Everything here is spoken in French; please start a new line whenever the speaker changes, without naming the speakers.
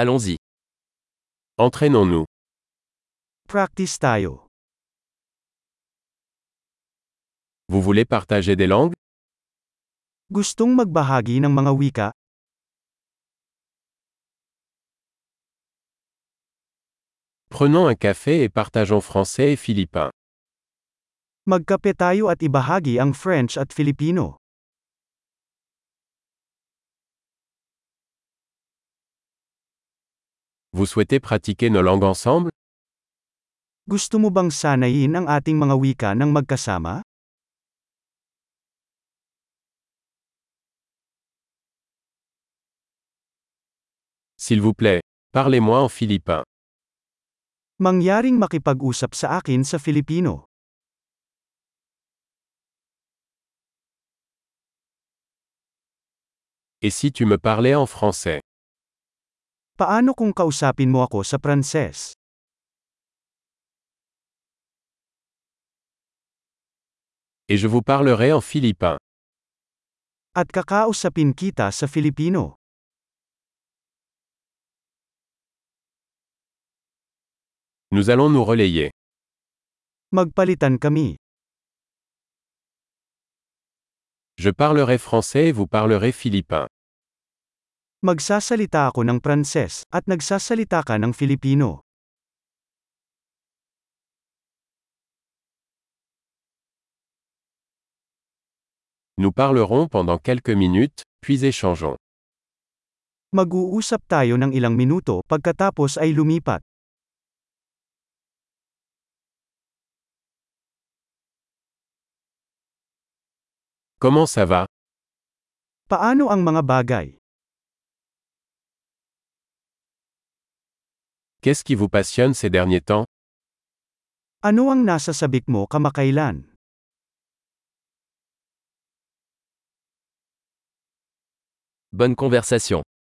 Allons-y. Entraînons-nous.
Practice tayo.
Vous voulez partager des langues
Gustong magbahagi ng mga wika,
Prenons un café et partageons français et philippin.
magkape tayo at ibahagi ang French at Filipino.
Vous souhaitez pratiquer nos langues ensemble
Gusto mo bang sanayin ang ating mga wika ng magkasama?
S'il vous plaît, parlez-moi en philippin.
Mangyaring makipag-usap sa akin sa Filipino.
Et si tu me parlais en français
Paano kung kausapin mo ako sa Pranses?
Et je vous parlerai en philippin.
At kakausapin kita sa Filipino.
Nous allons nous relayer.
Magpalitan kami.
Je parlerai français et vous parlerez philippin.
Magsasalita ako ng Pranses, at nagsasalita ka ng Filipino.
Nous parlerons pendant quelques minutes, puis échangeons.
Mag-uusap tayo ng ilang minuto pagkatapos ay lumipat.
Comment ça va
Paano ang mga bagay?
Qu'est-ce qui vous passionne ces derniers temps
Ano ang nasa sabik mo kamakailan?
Bonne conversation.